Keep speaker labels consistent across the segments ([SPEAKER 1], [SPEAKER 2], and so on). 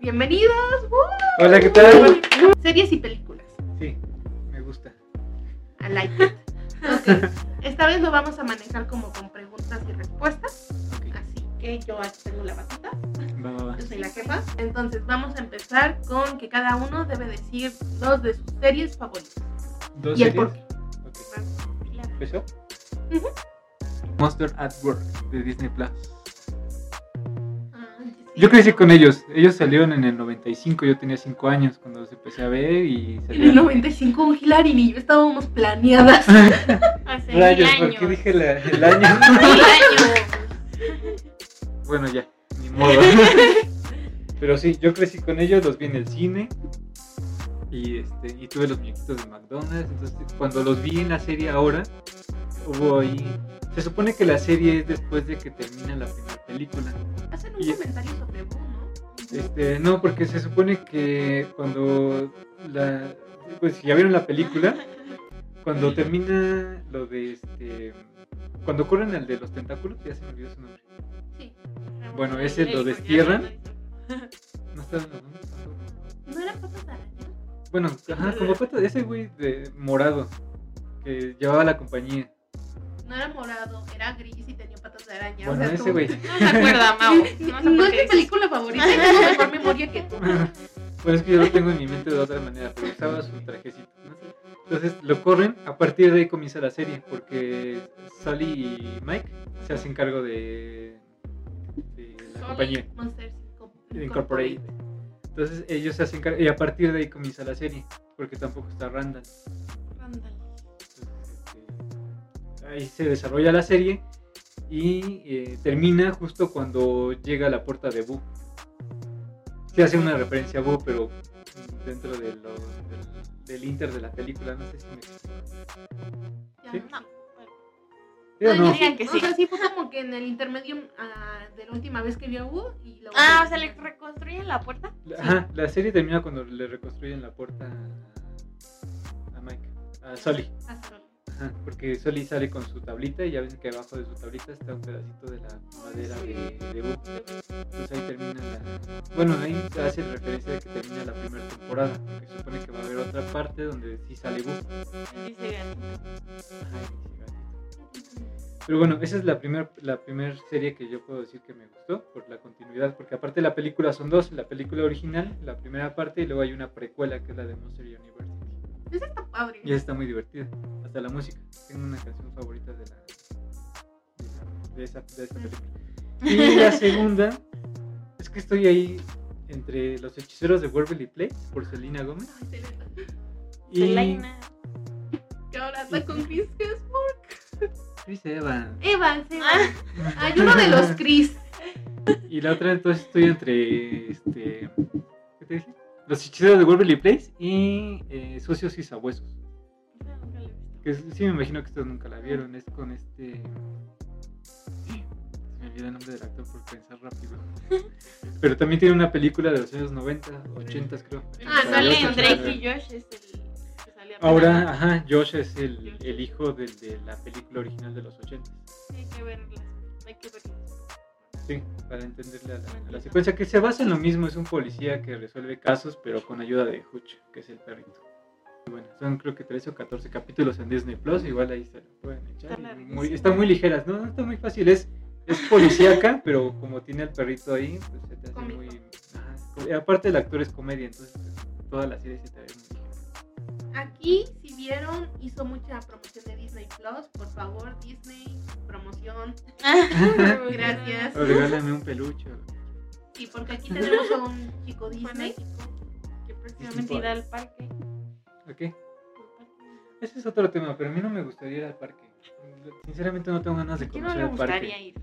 [SPEAKER 1] Bienvenidos. ¡Woo!
[SPEAKER 2] Hola, ¿qué tal?
[SPEAKER 1] Series y películas.
[SPEAKER 2] Sí, me gusta.
[SPEAKER 1] I like it. Entonces, esta vez lo vamos a manejar como con preguntas y respuestas.
[SPEAKER 2] Ok,
[SPEAKER 1] Así que yo aquí tengo la batuta.
[SPEAKER 2] va, va, va.
[SPEAKER 1] Yo soy la jefa. Entonces, vamos a empezar con que cada uno debe decir dos de sus series favoritas.
[SPEAKER 2] ¿Dos
[SPEAKER 1] ¿Y el
[SPEAKER 2] series?
[SPEAKER 1] por qué?
[SPEAKER 2] Ok, ¿empezó? Monster at Work de Disney Plus.
[SPEAKER 1] Ah,
[SPEAKER 2] Yo crecí con ellos. Ellos salieron en el 95, yo tenía 5 años cuando los empecé a ver y
[SPEAKER 1] En el
[SPEAKER 2] salieron.
[SPEAKER 1] 95, un Hilary y yo estábamos planeadas.
[SPEAKER 3] Hace mil
[SPEAKER 2] Rayos,
[SPEAKER 3] años.
[SPEAKER 2] ¿por qué dije la- el año?
[SPEAKER 3] Mil años.
[SPEAKER 2] Bueno, ya, ni modo. Pero sí, yo crecí con ellos, los vi en el cine y, este, y tuve los muñequitos de McDonald's. Entonces, cuando los vi en la serie ahora, hubo ahí. Se supone que la serie es después de que termina la primera película.
[SPEAKER 1] Hacen un
[SPEAKER 2] Y-
[SPEAKER 1] comentario sobre Bruno.
[SPEAKER 2] Este, no, porque se supone que cuando la. Pues si ya vieron la película, cuando termina lo de este. Cuando corren al de los tentáculos, ya se me olvidó su nombre.
[SPEAKER 1] Sí.
[SPEAKER 2] Bueno, ese lo destierran. No está en los nombres.
[SPEAKER 1] ¿No era patas de araña?
[SPEAKER 2] Bueno, ajá, como pata de ese güey de morado que llevaba la compañía.
[SPEAKER 1] No era morado, era gris y tenía patas de araña.
[SPEAKER 2] Bueno,
[SPEAKER 1] es
[SPEAKER 2] ese
[SPEAKER 1] como-
[SPEAKER 2] güey.
[SPEAKER 3] No se acuerda, Mau. No sé
[SPEAKER 1] No
[SPEAKER 3] por
[SPEAKER 1] es
[SPEAKER 3] qué.
[SPEAKER 1] mi película favorita, tengo mejor memoria que tú.
[SPEAKER 2] Bueno, es que yo lo tengo en mi mente de otra manera, pero usaba su trajecito, ¿no? Entonces lo corren, a partir de ahí comienza la serie, porque Sally y Mike se hacen cargo de, de la
[SPEAKER 3] Sally.
[SPEAKER 2] compañía,
[SPEAKER 1] Monsters Inco-
[SPEAKER 2] de Incorporated. Entonces ellos se hacen cargo, y a partir de ahí comienza la serie, porque tampoco está Randall. Entonces, este, ahí se desarrolla la serie y eh, termina justo cuando llega a la puerta de Boo. Se hace una referencia a Boo, pero dentro de lo- del, del inter de la película, no sé si me explico.
[SPEAKER 1] Ya
[SPEAKER 2] Sí.
[SPEAKER 1] no.
[SPEAKER 2] ¿Sí o
[SPEAKER 3] Ay,
[SPEAKER 2] no?
[SPEAKER 3] sí. Digan que
[SPEAKER 1] O sea, sí fue como que en el intermedio ah, de la última vez que vio a Wood y luego-
[SPEAKER 3] Ah, o sea, le reconstruyen la puerta.
[SPEAKER 2] Ajá, la serie termina cuando le reconstruyen la puerta a, a Mike, a Sully.
[SPEAKER 1] Ah, solo.
[SPEAKER 2] Ajá, porque Sully sale con su tablita y ya ven que abajo de su tablita está un pedacito de la madera de, de Boo. Pues ahí termina la... Bueno, ahí se hace referencia de que termina la primera temporada, porque se supone que va a haber otra parte donde sí sale Boo.
[SPEAKER 3] Dice,
[SPEAKER 2] Ajá, y sí, gatito. Pero bueno, esa es la primera la primer serie que yo puedo decir que me gustó por la continuidad, porque aparte la película son dos, la película original, la primera parte, y luego hay una precuela que es la de Monster University.
[SPEAKER 1] Esa está padre.
[SPEAKER 2] Y está muy divertida. Hasta la música. Tengo una canción favorita de la. de, la- de esa, de esa película. Y la segunda. Es que estoy ahí entre Los Hechiceros de Waverly Place por Selena Gómez.
[SPEAKER 1] Ay, Selena,
[SPEAKER 2] Y
[SPEAKER 3] Selena.
[SPEAKER 1] Que ahora está con Chris Hemsworth.
[SPEAKER 2] Chris Evans.
[SPEAKER 1] Evan,
[SPEAKER 3] Ah.
[SPEAKER 1] Evan. Ay, uno de los Chris.
[SPEAKER 2] Y la otra, entonces estoy entre. Este, ¿Qué te dije? Los Hechiceros de Waverly Place y eh, Sucios y Sabuesos. Que es- sí, me imagino que ustedes nunca la vieron. Es con este. Se me olvida el nombre del actor por pensar rápido. Pero también tiene una película de los años 90, 80 creo.
[SPEAKER 3] Ah,
[SPEAKER 2] 88,
[SPEAKER 3] sale en
[SPEAKER 2] sale.
[SPEAKER 3] Drake y Josh, es el que sale apenas.
[SPEAKER 2] Ahora, ajá, Josh es el,
[SPEAKER 3] Josh.
[SPEAKER 2] el hijo del de la película original de los 80.
[SPEAKER 3] Hay que verlas. Hay que verlas.
[SPEAKER 2] Sí, para entenderle a la, a la secuencia, que se basa en lo mismo, es un policía que resuelve casos, pero con ayuda de Hutch, que es el perrito. Y Bueno, son creo que 13 o 14 capítulos en Disney Plus, igual ahí se lo pueden echar.
[SPEAKER 3] Está
[SPEAKER 2] y
[SPEAKER 3] larguísimo.
[SPEAKER 2] muy- están muy ligeras, no, no está muy fácil, es, es policíaca, pero como tiene al perrito ahí, pues se te hace
[SPEAKER 1] Cómico.
[SPEAKER 2] muy... ajá, es com- y aparte el actor es comedia, entonces pues, toda la serie se te ve muy ligera.
[SPEAKER 1] Aquí, si vieron, hizo mucha promoción de Disney Plus. Por favor, Disney, promoción. Gracias.
[SPEAKER 2] O regálame un peluche. o-
[SPEAKER 1] Sí, porque aquí tenemos a un chico Disney.
[SPEAKER 3] pues Que próximamente irá al parque.
[SPEAKER 2] Ok, ese es otro tema, pero a mí no me gustaría ir al parque. Sinceramente no tengo ganas de
[SPEAKER 3] ¿Quién no
[SPEAKER 2] conocer
[SPEAKER 3] le
[SPEAKER 2] al parque.
[SPEAKER 3] gustaría ir?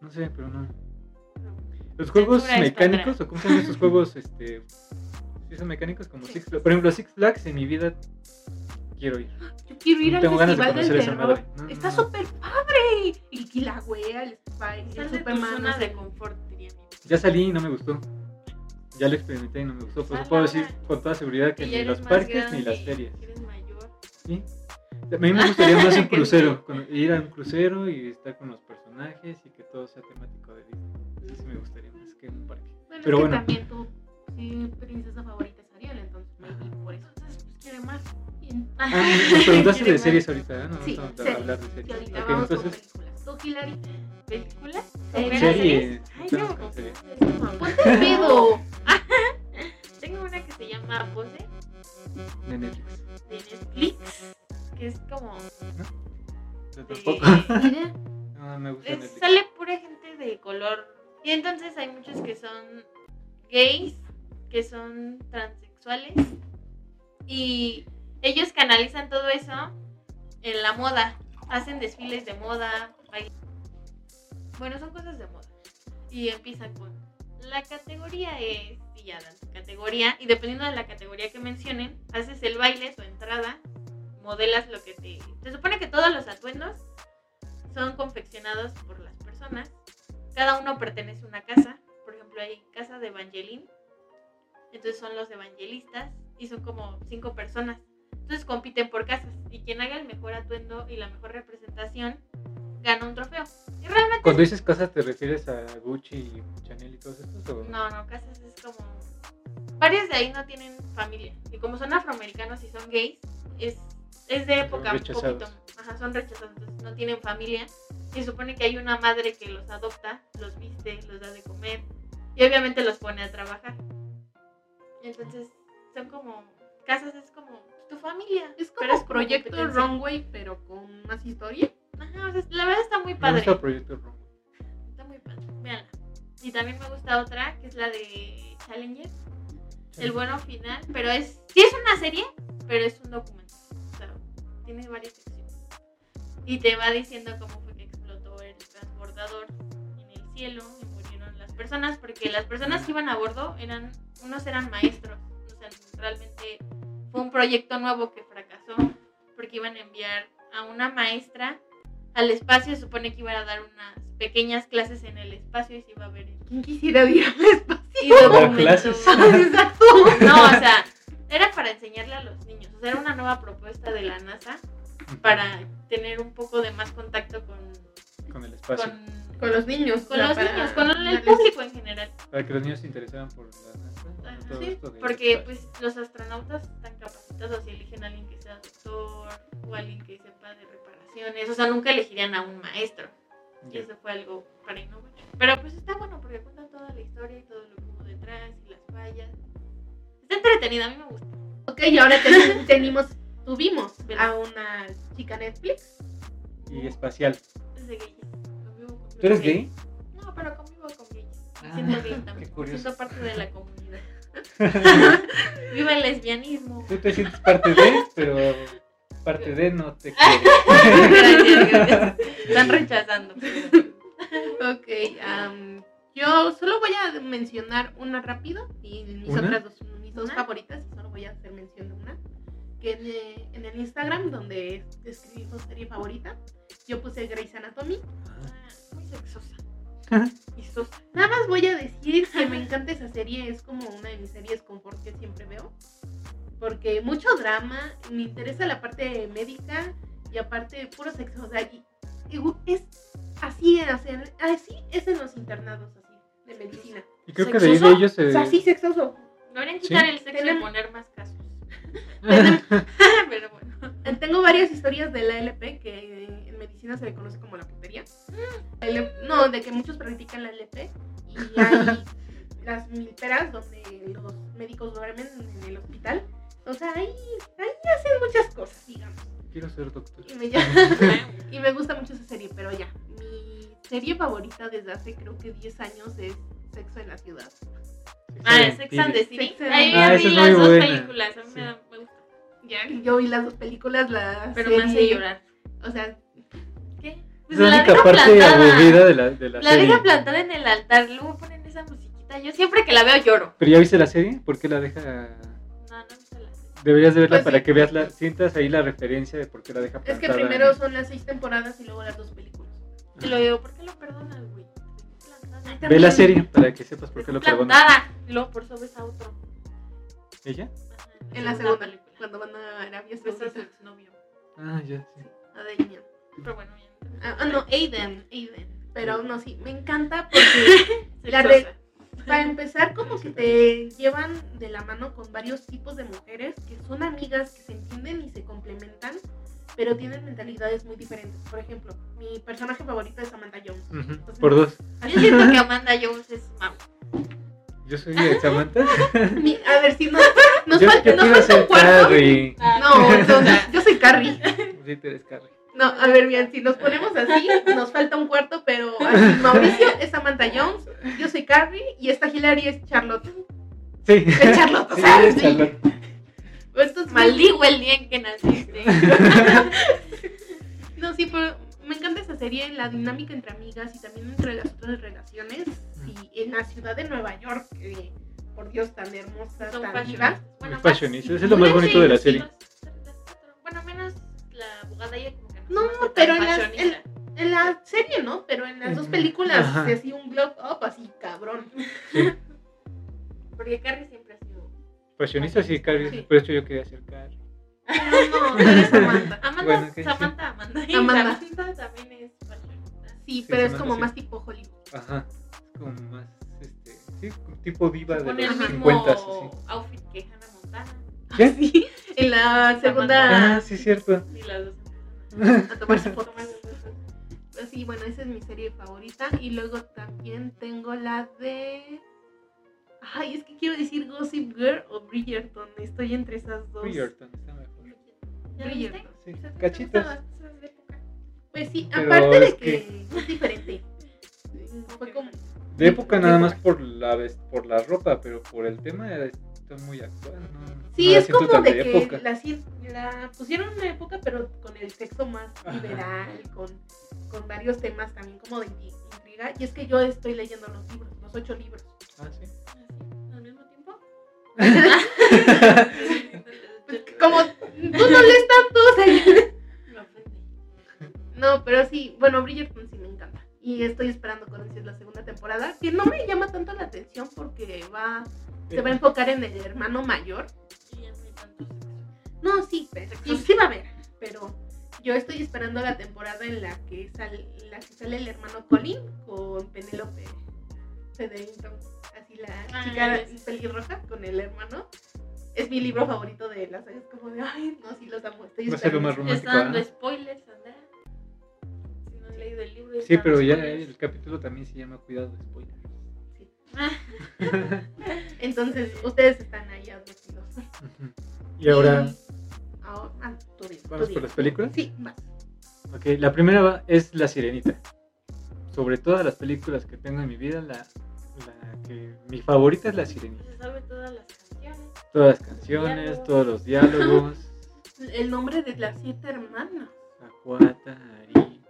[SPEAKER 2] No sé, pero no. ¿Los
[SPEAKER 3] Censura
[SPEAKER 2] juegos
[SPEAKER 3] es
[SPEAKER 2] mecánicos o cómo se llaman esos juegos? Este, ¿sí son mecánicos como
[SPEAKER 1] Sí.
[SPEAKER 2] Six Flags. Por ejemplo, Six Flags en mi vida quiero ir.
[SPEAKER 1] Yo quiero ir
[SPEAKER 2] No
[SPEAKER 1] al
[SPEAKER 2] tengo ganas de
[SPEAKER 1] Festival del
[SPEAKER 2] conocer esa
[SPEAKER 1] Terror.
[SPEAKER 2] madre. No,
[SPEAKER 1] Está
[SPEAKER 2] no, no.
[SPEAKER 1] súper padre. El Kilauea, el Spike, el
[SPEAKER 3] Sal de tu
[SPEAKER 1] Superman.
[SPEAKER 3] zona
[SPEAKER 1] no
[SPEAKER 3] de
[SPEAKER 1] sé.
[SPEAKER 3] confort, diría mi
[SPEAKER 2] Ya salí y no me gustó. Ya lo experimenté y no me gustó. Por eso
[SPEAKER 3] Ah,
[SPEAKER 2] puedo
[SPEAKER 3] no,
[SPEAKER 2] decir
[SPEAKER 3] no.
[SPEAKER 2] con toda seguridad
[SPEAKER 3] Que
[SPEAKER 2] que
[SPEAKER 3] ya
[SPEAKER 2] ni
[SPEAKER 3] eres
[SPEAKER 2] los
[SPEAKER 3] más
[SPEAKER 2] parques
[SPEAKER 3] grande,
[SPEAKER 2] ni las ferias.
[SPEAKER 3] que Eres mayor.
[SPEAKER 2] ¿sí? A mí me gustaría más un
[SPEAKER 3] Que sí.
[SPEAKER 2] crucero. con- ir a un crucero y estar con los personajes y que todo sea temático de Disney. Eso sí me gustaría más que un parque.
[SPEAKER 1] Bueno,
[SPEAKER 2] Pero
[SPEAKER 1] es que
[SPEAKER 2] bueno.
[SPEAKER 1] también tú sí, princesa favorita es Ariel, entonces maybe por eso.
[SPEAKER 3] Entonces, pues quiere más.
[SPEAKER 2] Ah, me preguntaste
[SPEAKER 1] Quiere
[SPEAKER 2] de
[SPEAKER 1] más.
[SPEAKER 2] series ahorita, ¿eh? No
[SPEAKER 1] Sí,
[SPEAKER 2] vamos a
[SPEAKER 1] series.
[SPEAKER 2] hablar de
[SPEAKER 1] Y
[SPEAKER 2] series.
[SPEAKER 1] ahorita
[SPEAKER 2] Ok,
[SPEAKER 1] vamos
[SPEAKER 2] entonces,
[SPEAKER 1] con películas. Tú, Hilary,
[SPEAKER 3] ¿Películas?
[SPEAKER 1] Series.
[SPEAKER 3] ¿Novelas,
[SPEAKER 2] Series.
[SPEAKER 3] Ay,
[SPEAKER 2] Vamos
[SPEAKER 3] no.
[SPEAKER 2] con series.
[SPEAKER 1] ponte el pedo.
[SPEAKER 3] Tengo una que se llama Pose de
[SPEAKER 2] de Netflix.
[SPEAKER 3] Netflix, que es como.
[SPEAKER 2] Yo
[SPEAKER 3] de-
[SPEAKER 2] tampoco.
[SPEAKER 1] Mira,
[SPEAKER 2] No, me gusta
[SPEAKER 3] es-
[SPEAKER 2] Netflix.
[SPEAKER 3] sale pura gente de color. Y entonces hay muchos que son gays, que son transexuales. Y ellos canalizan todo eso en la moda. Hacen desfiles de moda. bailan- Bueno, son cosas de moda. Y empiezan con la categoría es y ya dan tu categoría. Y dependiendo de la categoría que mencionen, haces el baile, tu entrada, modelas lo que te. Se supone que todos los atuendos son confeccionados por las personas. Cada uno pertenece a una casa. Por ejemplo, hay casa de Evangelín. Entonces son los evangelistas y son como cinco personas. Entonces compiten por casas y quien haga el mejor atuendo y la mejor representación gana un trofeo. Y realmente
[SPEAKER 2] Cuando dices casas, ¿te refieres a Gucci y Chanel y todos estos? o-
[SPEAKER 3] no, no, casas es como. Varios de ahí no tienen familia. Y como son afroamericanos y son gays, es, es de época un
[SPEAKER 2] rechazados.
[SPEAKER 3] poquito. Ajá, son rechazados, entonces no tienen familia. Y supone que hay una madre que los adopta, los viste, los da de comer. Y obviamente los pone a trabajar. Entonces, son como. Casas es como tu familia.
[SPEAKER 1] es como
[SPEAKER 3] pero es como
[SPEAKER 1] proyecto
[SPEAKER 3] competencia.
[SPEAKER 1] Runway, pero con más historia.
[SPEAKER 3] Ajá, o sea, la verdad está muy
[SPEAKER 2] Me
[SPEAKER 3] padre.
[SPEAKER 2] gusta Proyecto Rumbo.
[SPEAKER 3] Está muy padre. Véanla. Y también me gusta otra, que es la de Challenger. el bueno final, pero es sí es una serie, pero es un documental. O sea, tiene varias secciones. Y te va diciendo cómo fue que explotó el transbordador en el cielo y murieron las personas, porque las personas que iban a bordo eran, unos eran maestros, o sea, realmente fue un proyecto nuevo que fracasó, porque iban a enviar a una maestra al espacio, se supone que iban a dar unas pequeñas clases en el espacio y se iba a ver.
[SPEAKER 1] ¿Quién quisiera ir al espacio?
[SPEAKER 3] Y
[SPEAKER 2] Dar
[SPEAKER 3] documentó-
[SPEAKER 2] clases.
[SPEAKER 1] Exacto.
[SPEAKER 3] no, o sea, era para enseñarle a los niños. O sea, era una nueva propuesta de la NASA para tener un poco de más contacto con,
[SPEAKER 2] Con el espacio.
[SPEAKER 3] con,
[SPEAKER 1] Con los niños.
[SPEAKER 3] con
[SPEAKER 1] o sea,
[SPEAKER 3] los
[SPEAKER 1] para
[SPEAKER 3] niños, con el
[SPEAKER 1] darles-
[SPEAKER 3] público en general.
[SPEAKER 2] Para que los niños se interesaran por la NASA. por
[SPEAKER 3] Ajá,
[SPEAKER 2] todo
[SPEAKER 3] sí,
[SPEAKER 2] esto del
[SPEAKER 3] porque
[SPEAKER 2] espacio.
[SPEAKER 3] pues los astronautas están capacitados y eligen a alguien que sea doctor o alguien que sepa de reparaciones. O sea, nunca elegirían a un maestro. Y
[SPEAKER 2] Ya.
[SPEAKER 3] eso fue algo para innovar. Pero pues está bueno porque cuentan toda la historia y todo lo que hubo detrás y las fallas. Está entretenida, a mí me gusta.
[SPEAKER 1] Ok, y ahora ten- tenemos, tuvimos a
[SPEAKER 3] Ah.
[SPEAKER 1] una chica Netflix.
[SPEAKER 2] Y espacial.
[SPEAKER 3] Es de gays. Convivo con
[SPEAKER 2] ¿Tú eres
[SPEAKER 3] puros
[SPEAKER 2] gay?
[SPEAKER 3] gays. No, pero convivo con gays. Me
[SPEAKER 2] Ah,
[SPEAKER 3] siento gay
[SPEAKER 2] qué
[SPEAKER 3] también.
[SPEAKER 2] curioso.
[SPEAKER 3] Siento parte de la comunidad. Viva el lesbianismo.
[SPEAKER 2] Tú te sientes parte de, pero parte de no te quiere.
[SPEAKER 3] gracias, gracias. Están rechazando.
[SPEAKER 1] Ok, am, yo solo voy a mencionar una rápido y mis
[SPEAKER 2] ¿Una?
[SPEAKER 1] otras dos, mis dos
[SPEAKER 3] ¿Una?
[SPEAKER 1] favoritas, y solo voy a hacer mención de una. Que en, eh, en el Instagram, donde escribimos serie favorita, yo puse Grey's Anatomy.
[SPEAKER 3] Ah, Muy sexosa. Y sosa.
[SPEAKER 1] Nada más voy a decir que me encanta esa serie, es como una de mis series confort que siempre veo. Porque mucho drama, me interesa la parte médica y aparte puro sexo. O sea, y- y es así, o sea, así es en los internados, así, de medicina.
[SPEAKER 2] Y creo que de ahí de
[SPEAKER 3] ¿Sexoso?
[SPEAKER 2] ellos
[SPEAKER 1] O
[SPEAKER 2] se.
[SPEAKER 1] sea, sí, sexoso.
[SPEAKER 3] Deberían quitar
[SPEAKER 2] Sí.
[SPEAKER 3] el sexo y
[SPEAKER 1] Tenemos-
[SPEAKER 3] poner más casos.
[SPEAKER 1] Tenemos-
[SPEAKER 3] Pero bueno.
[SPEAKER 1] Tengo varias historias de la LP que en medicina se le conoce como la putería. La LP no, de que muchos practican la LP y hay las milperas donde los médicos duermen en el hospital. O sea, ahí, ahí hacen muchas cosas, digamos.
[SPEAKER 2] Quiero ser doctor.
[SPEAKER 1] Y me, y me gusta mucho esa serie, pero ya. Mi serie favorita desde hace creo que 10 años es Sexo en la Ciudad.
[SPEAKER 3] Ah, el Sex and the City.
[SPEAKER 1] Sex and-
[SPEAKER 3] Ahí
[SPEAKER 1] Ah,
[SPEAKER 3] vi
[SPEAKER 2] esa es
[SPEAKER 3] las
[SPEAKER 2] muy
[SPEAKER 3] dos
[SPEAKER 2] buena.
[SPEAKER 3] películas. A mí
[SPEAKER 2] Sí.
[SPEAKER 3] me, da- me gusta.
[SPEAKER 1] Ya, yo vi las dos películas, la
[SPEAKER 3] Pero me hace
[SPEAKER 1] serie,
[SPEAKER 3] llorar. Pues
[SPEAKER 1] O sea,
[SPEAKER 3] ¿Qué?
[SPEAKER 1] Pues
[SPEAKER 2] Es la única parte aburrida de la, de la,
[SPEAKER 3] La
[SPEAKER 2] serie.
[SPEAKER 3] deja plantada en el altar, luego ponen esa musiquita. Yo siempre que la veo lloro.
[SPEAKER 2] Pero ya viste la serie, ¿por qué la deja?
[SPEAKER 3] No, no me la serie.
[SPEAKER 2] Deberías de verla
[SPEAKER 1] Pues
[SPEAKER 2] para
[SPEAKER 1] sí.
[SPEAKER 2] que veas la, sientas ahí la referencia de por qué la deja
[SPEAKER 1] es que
[SPEAKER 2] plantada.
[SPEAKER 1] primero son las seis temporadas y luego las dos películas.
[SPEAKER 3] Y lo digo, ¿por qué lo perdonan, güey?
[SPEAKER 1] Plantada.
[SPEAKER 2] Ve la serie para que sepas por qué lo perdona.
[SPEAKER 3] plantada. Y luego por eso ves a otro.
[SPEAKER 2] ¿Ella?
[SPEAKER 3] Ajá,
[SPEAKER 1] En la segunda,
[SPEAKER 3] película.
[SPEAKER 1] cuando van a Arabia
[SPEAKER 3] Ves a
[SPEAKER 1] Saudita.
[SPEAKER 3] su exnovio.
[SPEAKER 2] Ah, ya, sí.
[SPEAKER 1] A Damian.
[SPEAKER 3] Pero bueno, ya.
[SPEAKER 1] Ah, ah, no, Aiden, Aiden. Pero no, sí, me encanta porque la re-
[SPEAKER 3] Sexosa.
[SPEAKER 1] Para empezar, como que te llevan de la mano con varios tipos de mujeres que son amigas, que se entienden y se complementan, pero tienen mentalidades muy diferentes. Por ejemplo, mi personaje favorito es Samantha Jones.
[SPEAKER 2] Ujú, Por dos.
[SPEAKER 3] Yo siento que Amanda Jones es mamá.
[SPEAKER 2] Yo soy de Samantha.
[SPEAKER 1] Mi- a ver, si nos, nos
[SPEAKER 2] yo,
[SPEAKER 1] falta,
[SPEAKER 2] yo
[SPEAKER 1] nos
[SPEAKER 2] quiero
[SPEAKER 1] falta un
[SPEAKER 2] ser
[SPEAKER 1] cuarto.
[SPEAKER 2] Carrie.
[SPEAKER 1] No, entonces, yo soy Carrie.
[SPEAKER 2] Sí, tú eres Carrie.
[SPEAKER 1] No, a ver, bien, si nos ponemos así, nos falta un cuarto, pero aquí Mauricio es Samantha Jones, yo soy Carrie y esta Hilary es Charlotte.
[SPEAKER 2] Sí.
[SPEAKER 1] Es Charlotte, o
[SPEAKER 2] Sí,
[SPEAKER 1] sea,
[SPEAKER 2] eres
[SPEAKER 1] sí.
[SPEAKER 2] Charlotte.
[SPEAKER 1] Entonces,
[SPEAKER 3] Maldigo el día en que este, naciste.
[SPEAKER 1] No, sí, pero me encanta esa serie, la dinámica entre amigas y también entre las otras relaciones. Y en la ciudad de Nueva York, que por Dios, tan hermosa,
[SPEAKER 3] Son
[SPEAKER 1] tan viva.
[SPEAKER 3] fashionistas. Bueno,
[SPEAKER 2] Muy fashionistas, es lo más bonito de la serie.
[SPEAKER 3] Bueno, menos la abogada ella como que
[SPEAKER 1] No,
[SPEAKER 3] se me hace
[SPEAKER 1] pero
[SPEAKER 3] tan
[SPEAKER 1] en las- en-
[SPEAKER 3] fashionista.
[SPEAKER 1] En la serie, ¿no? Pero en las dos
[SPEAKER 2] Ujú.
[SPEAKER 1] películas
[SPEAKER 2] Ajá.
[SPEAKER 1] se hacía un block up así, cabrón.
[SPEAKER 3] Porque Carrie siempre ha sido...
[SPEAKER 2] Fashionista, sí, Carrie.
[SPEAKER 1] Sí.
[SPEAKER 2] Por eso yo quería ser Carrie.
[SPEAKER 1] Ah, No, no, eres Samantha.
[SPEAKER 3] Amanda,
[SPEAKER 2] Bueno, ok, sí.
[SPEAKER 3] Samantha, Amanda. Y
[SPEAKER 1] Amanda.
[SPEAKER 3] Samantha también es fashionista.
[SPEAKER 1] Sí,
[SPEAKER 2] Sí,
[SPEAKER 1] pero es
[SPEAKER 2] Samantha,
[SPEAKER 1] como
[SPEAKER 2] sí.
[SPEAKER 1] más tipo Hollywood.
[SPEAKER 2] Ajá. Es como más. Este, sí, como tipo diva de
[SPEAKER 3] Con el
[SPEAKER 2] los
[SPEAKER 1] Ajá.
[SPEAKER 3] mismo
[SPEAKER 2] 50. Así.
[SPEAKER 3] outfit que Hannah Montana.
[SPEAKER 2] ¿Qué?
[SPEAKER 1] Sí, en la segunda.
[SPEAKER 2] Ah, sí, cierto.
[SPEAKER 3] Y las dos.
[SPEAKER 1] A tomarse fotos.
[SPEAKER 3] Toman las dos.
[SPEAKER 1] Pero sí, bueno, esa es mi serie favorita. Y luego también tengo la de. Ay, es que quiero decir Gossip Girl o Bridgerton. Estoy entre esas dos.
[SPEAKER 2] Bridgerton está mejor.
[SPEAKER 3] ¿Ya viste?
[SPEAKER 1] Bridgerton.
[SPEAKER 2] Sí,
[SPEAKER 3] Esas-
[SPEAKER 2] cachitos.
[SPEAKER 3] esas- esas de época.
[SPEAKER 1] Pues sí,
[SPEAKER 2] Pero
[SPEAKER 1] aparte
[SPEAKER 2] es
[SPEAKER 1] de
[SPEAKER 2] que-
[SPEAKER 1] que es diferente. Fue como.
[SPEAKER 2] De época nada
[SPEAKER 1] De
[SPEAKER 2] más por la vest- por la ropa, pero por el tema eh, está muy actual. No,
[SPEAKER 1] Sí,
[SPEAKER 2] no la
[SPEAKER 1] es
[SPEAKER 2] siento
[SPEAKER 1] como
[SPEAKER 2] tan
[SPEAKER 1] de
[SPEAKER 2] de
[SPEAKER 1] que
[SPEAKER 2] época.
[SPEAKER 1] la, sien- la pusieron en una época, pero con el sexo más
[SPEAKER 2] Ajá.
[SPEAKER 1] liberal, con, con varios temas también como de intri- intriga. Y es que yo estoy leyendo los libros, los ocho libros.
[SPEAKER 2] Ah, sí.
[SPEAKER 3] ¿Al mismo tiempo?
[SPEAKER 1] Pues que como tú no lees tanto, o sea,
[SPEAKER 3] Me ofende.
[SPEAKER 1] No, pero sí, bueno, Bridgerton sí me encanta. Y estoy esperando con ansias la segunda temporada, que no me llama tanto la atención porque va, se
[SPEAKER 2] Eh.
[SPEAKER 1] va a enfocar en el hermano mayor.
[SPEAKER 3] Y ya no hay tanto sexo.
[SPEAKER 1] No, sí, pero- sí, sí va a haber, pero yo estoy esperando la temporada en la que sale, la que sale el hermano Colin con Penélope Featherington, así la
[SPEAKER 3] Ah,
[SPEAKER 1] chica
[SPEAKER 3] sí, sí.
[SPEAKER 1] pelirroja con el hermano. Es mi libro favorito de las es como de, ay, no, sí los amo. Estoy
[SPEAKER 2] Va a ser lo
[SPEAKER 1] esperando.
[SPEAKER 2] más
[SPEAKER 3] Ya
[SPEAKER 2] romántico.
[SPEAKER 3] está dando
[SPEAKER 2] ¿ah?
[SPEAKER 3] spoilers, Andrea. Si no han leído el libro.
[SPEAKER 2] Sí,
[SPEAKER 3] está
[SPEAKER 2] pero
[SPEAKER 3] dando
[SPEAKER 2] ya
[SPEAKER 3] spoilers.
[SPEAKER 2] el capítulo también se llama Cuidado de spoilers.
[SPEAKER 1] Ah. Entonces, ustedes están ahí advertidos.
[SPEAKER 2] Ujú. Y ahora,
[SPEAKER 1] Ahora, ah, tú dime, tú
[SPEAKER 2] ¿vamos por
[SPEAKER 1] dime.
[SPEAKER 2] las películas?
[SPEAKER 1] Sí, vas.
[SPEAKER 2] Ok, la primera va- es La Sirenita. Sobre todas las películas que tengo en mi vida, la, la que mi favorita es La Sirenita.
[SPEAKER 3] Se sabe todas las canciones.
[SPEAKER 2] Todas las canciones, todos los diálogos,
[SPEAKER 1] El nombre de las siete hermanas.
[SPEAKER 2] Acuata, Ari.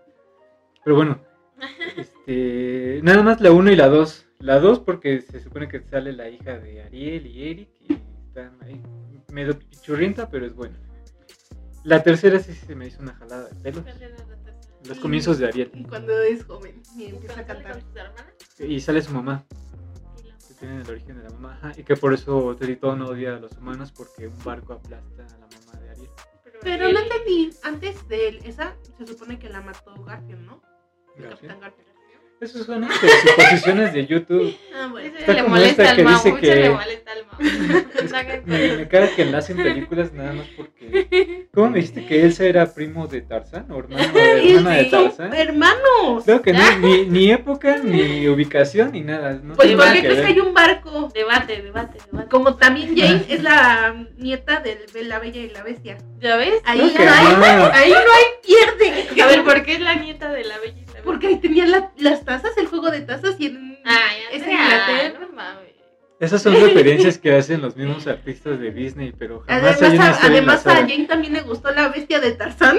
[SPEAKER 2] Pero bueno, este, nada más la 1 y la 2. La 2 porque se supone que sale la hija de Ariel y Eric y están ahí medio pichurrienta, pero es buena. La tercera sí se me hizo una jalada de pelos.
[SPEAKER 3] ¿Cuál era la tercera?
[SPEAKER 2] Los comienzos de Ariel.
[SPEAKER 1] Y cuando es joven, y
[SPEAKER 3] Cuando
[SPEAKER 1] empieza a
[SPEAKER 3] sale
[SPEAKER 1] cantar.
[SPEAKER 3] Con sus hermanas
[SPEAKER 2] Y sale su mamá.
[SPEAKER 3] y la
[SPEAKER 2] que
[SPEAKER 3] mamá.
[SPEAKER 2] tienen el origen de la mamá ajá, y que por eso Tritón odia a los humanos porque un barco aplasta a la mamá de Ariel.
[SPEAKER 1] Pero no
[SPEAKER 3] Ariel-
[SPEAKER 1] entendí, antes de él, esa se supone que la mató Garfield, ¿no? El Capitán
[SPEAKER 2] Gracias.
[SPEAKER 1] Garfield.
[SPEAKER 2] Eso son este, suposiciones de YouTube.
[SPEAKER 1] Ah, bueno.
[SPEAKER 3] Ese
[SPEAKER 2] Está
[SPEAKER 3] le
[SPEAKER 2] como
[SPEAKER 3] molesta
[SPEAKER 2] esta
[SPEAKER 3] al
[SPEAKER 2] que dice
[SPEAKER 3] Mau, ese
[SPEAKER 2] que-
[SPEAKER 3] le molesta al Mau. No hagan
[SPEAKER 2] Me, me
[SPEAKER 3] cosas.
[SPEAKER 2] caga que enlacen películas nada más porque. ¿Cómo me dijiste que Elsa era primo de Tarzán o hermano o hermana de
[SPEAKER 1] Sí,
[SPEAKER 2] Tarzán?
[SPEAKER 1] hermanos.
[SPEAKER 2] Creo que no, ni, ni época, ni ubicación, ni nada. No
[SPEAKER 1] Pues
[SPEAKER 2] tiene
[SPEAKER 1] ¿por
[SPEAKER 2] nada
[SPEAKER 1] qué
[SPEAKER 2] que
[SPEAKER 1] crees que
[SPEAKER 2] ver. Ah.
[SPEAKER 1] hay un barco?
[SPEAKER 3] Debate, debate, debate.
[SPEAKER 1] Como también Jane es la nieta del- de la bella y la bestia.
[SPEAKER 3] ¿Ya ves?
[SPEAKER 1] Ahí
[SPEAKER 2] Creo que
[SPEAKER 1] no hay,
[SPEAKER 2] no.
[SPEAKER 1] ahí no hay pierde.
[SPEAKER 3] A ver, ¿por qué es la nieta de la bella y la Bestia?
[SPEAKER 1] Porque ahí tenían la- las tazas, el juego de tazas y en...
[SPEAKER 3] Ay,
[SPEAKER 1] Es
[SPEAKER 3] Andrea,
[SPEAKER 1] Inglaterra.
[SPEAKER 3] Ah, No mames.
[SPEAKER 2] Esas son referencias que hacen los mismos artistas de Disney, pero jamás
[SPEAKER 1] Además,
[SPEAKER 2] hay una
[SPEAKER 1] a,
[SPEAKER 2] historia
[SPEAKER 1] además a
[SPEAKER 2] enlazada.
[SPEAKER 1] Jane también le gustó la bestia de Tarzán.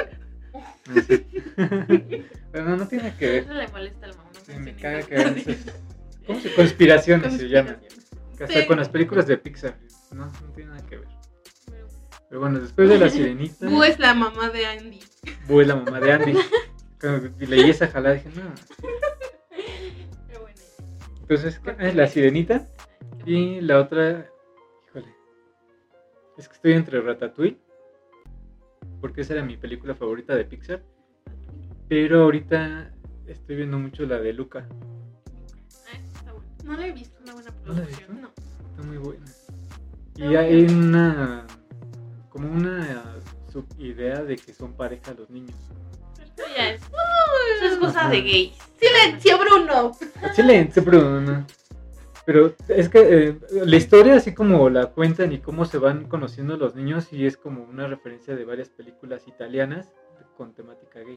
[SPEAKER 2] No sé. Ah, Pero no, no tiene que ver.
[SPEAKER 3] Eso le molesta al Mau. No
[SPEAKER 2] Sí, me
[SPEAKER 3] menciones
[SPEAKER 2] caga que
[SPEAKER 3] eso.
[SPEAKER 2] hagan esas- ¿Cómo se conspiraciones se llaman? Que hasta
[SPEAKER 1] Sí.
[SPEAKER 2] con las películas de Pixar. No, no tiene nada que ver.
[SPEAKER 3] Pero-
[SPEAKER 2] Pero bueno, después de la sirenita,
[SPEAKER 1] Boo es la mamá de Andy.
[SPEAKER 2] Boo es la mamá de Andy. Cuando leí esa jalada dije, no.
[SPEAKER 3] pero bueno,
[SPEAKER 2] Entonces, ¿qué? Ah, la sirenita.
[SPEAKER 3] qué bueno.
[SPEAKER 2] Y la otra, híjole. Es que estoy entre Ratatouille. Porque esa era mi película favorita de Pixar. Pero ahorita estoy viendo mucho la de Luca.
[SPEAKER 3] Ah, está bueno.
[SPEAKER 1] No la he visto.
[SPEAKER 3] No, buena
[SPEAKER 2] ¿No la has visto?
[SPEAKER 3] producción.
[SPEAKER 1] No.
[SPEAKER 2] Está muy buena.
[SPEAKER 3] Está
[SPEAKER 2] Y hay
[SPEAKER 3] buena.
[SPEAKER 2] una. como una subidea de que son pareja los niños.
[SPEAKER 3] Esto ya es. Eso es cosa
[SPEAKER 2] Ajá.
[SPEAKER 3] de gays.
[SPEAKER 1] Silencio, pues, Bruno.
[SPEAKER 2] Excelente, pero no. Pero es que eh, la historia, así como la cuentan y cómo se van conociendo los niños, y es como una referencia de varias películas italianas con temática gay.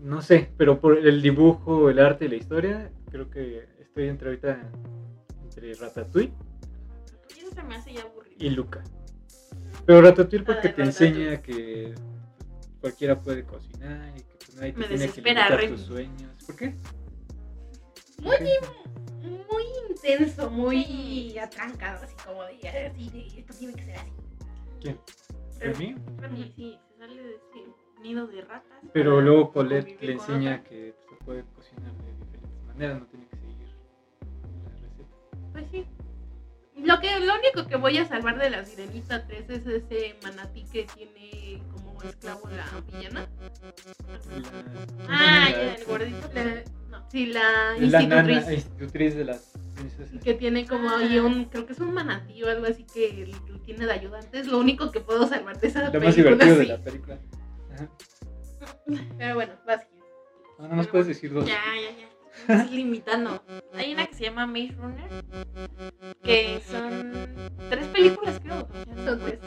[SPEAKER 2] No sé, pero por el dibujo, el arte y la historia, creo que estoy entre ahorita entre Ratatouille
[SPEAKER 3] Y eso se me hace ya aburrido.
[SPEAKER 2] y Luca. Pero Ratatouille
[SPEAKER 1] Ah,
[SPEAKER 2] porque
[SPEAKER 1] de
[SPEAKER 2] te enseña que cualquiera puede cocinar y que pues, nadie te
[SPEAKER 3] Me
[SPEAKER 2] tiene que
[SPEAKER 3] desespera,
[SPEAKER 2] limitar
[SPEAKER 3] Remy.
[SPEAKER 2] tus sueños. ¿Por qué?
[SPEAKER 1] Muy
[SPEAKER 2] ¿Por qué?
[SPEAKER 1] Muy intenso, muy atrancado, así como de, así de, esto tiene que ser así.
[SPEAKER 2] ¿Quién?
[SPEAKER 1] Remy.
[SPEAKER 2] ¿Remy?
[SPEAKER 3] Y sí, se sale de ese nido de ratas.
[SPEAKER 2] Pero
[SPEAKER 3] para
[SPEAKER 2] luego Colette
[SPEAKER 3] convivir
[SPEAKER 2] le
[SPEAKER 3] con
[SPEAKER 2] enseña
[SPEAKER 3] otra.
[SPEAKER 2] que se puede cocinar de diferentes maneras, no tiene que seguir la receta.
[SPEAKER 1] Pues sí. Lo, que, lo único que voy a salvar de la Sirenita 3 es ese manatí que tiene como esclavo la villana.
[SPEAKER 2] La-
[SPEAKER 3] Ah,
[SPEAKER 2] la-
[SPEAKER 3] ya, el gordito.
[SPEAKER 1] La- no, sí, la
[SPEAKER 2] La nana
[SPEAKER 1] institutriz.
[SPEAKER 2] institutriz de las princesas.
[SPEAKER 1] Que tiene
[SPEAKER 3] Ah.
[SPEAKER 1] como ahí un, creo que es un manatí o algo así que lo tiene de ayudante. Es lo único que puedo salvar de esa
[SPEAKER 2] Lo
[SPEAKER 3] pues,
[SPEAKER 1] película.
[SPEAKER 2] más divertido de
[SPEAKER 1] sí.
[SPEAKER 2] la película. Ajá.
[SPEAKER 1] Pero bueno, vas. Gil.
[SPEAKER 2] No, nada más puedes decir dos.
[SPEAKER 3] Ya, ya, ya. Me Estás limitando. Hay una que se llama Maze Runner. Que son tres películas, creo.
[SPEAKER 1] Son tres.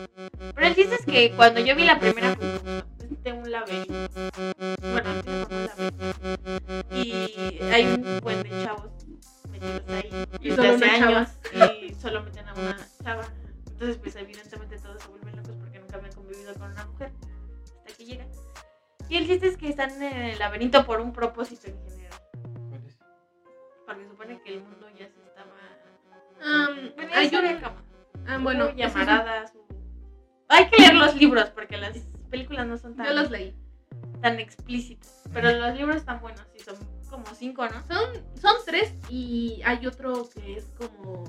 [SPEAKER 3] Pero el chiste es que cuando yo vi la primera, pues me gustó. Es de un laberinto. Bueno, tiene como un laberinto. Y hay un buen de chavos metidos ahí.
[SPEAKER 1] Y
[SPEAKER 3] desde
[SPEAKER 1] solo
[SPEAKER 3] hace
[SPEAKER 1] una chava.
[SPEAKER 3] años. Y solo meten a una chava. Entonces, pues evidentemente todos se vuelven locos porque nunca habían convivido con una mujer. Hasta que llegan. Y el chiste es que están en el laberinto por un propósito en general.
[SPEAKER 2] ¿Cuál es?
[SPEAKER 3] Porque supone que el mundo ya se estaba.
[SPEAKER 1] Um,
[SPEAKER 3] Bueno,
[SPEAKER 1] hay
[SPEAKER 3] ya
[SPEAKER 1] un-
[SPEAKER 3] sabía cómo.
[SPEAKER 1] ah, bueno,
[SPEAKER 3] Hubo
[SPEAKER 1] eso sí,
[SPEAKER 3] llamaradas. hubo- Hay que leer los libros porque las películas no son tan,
[SPEAKER 1] yo los leí.
[SPEAKER 3] tan explícitas. Pero los libros están buenos y son como cinco, ¿no?
[SPEAKER 1] Son, son tres y hay otro que es como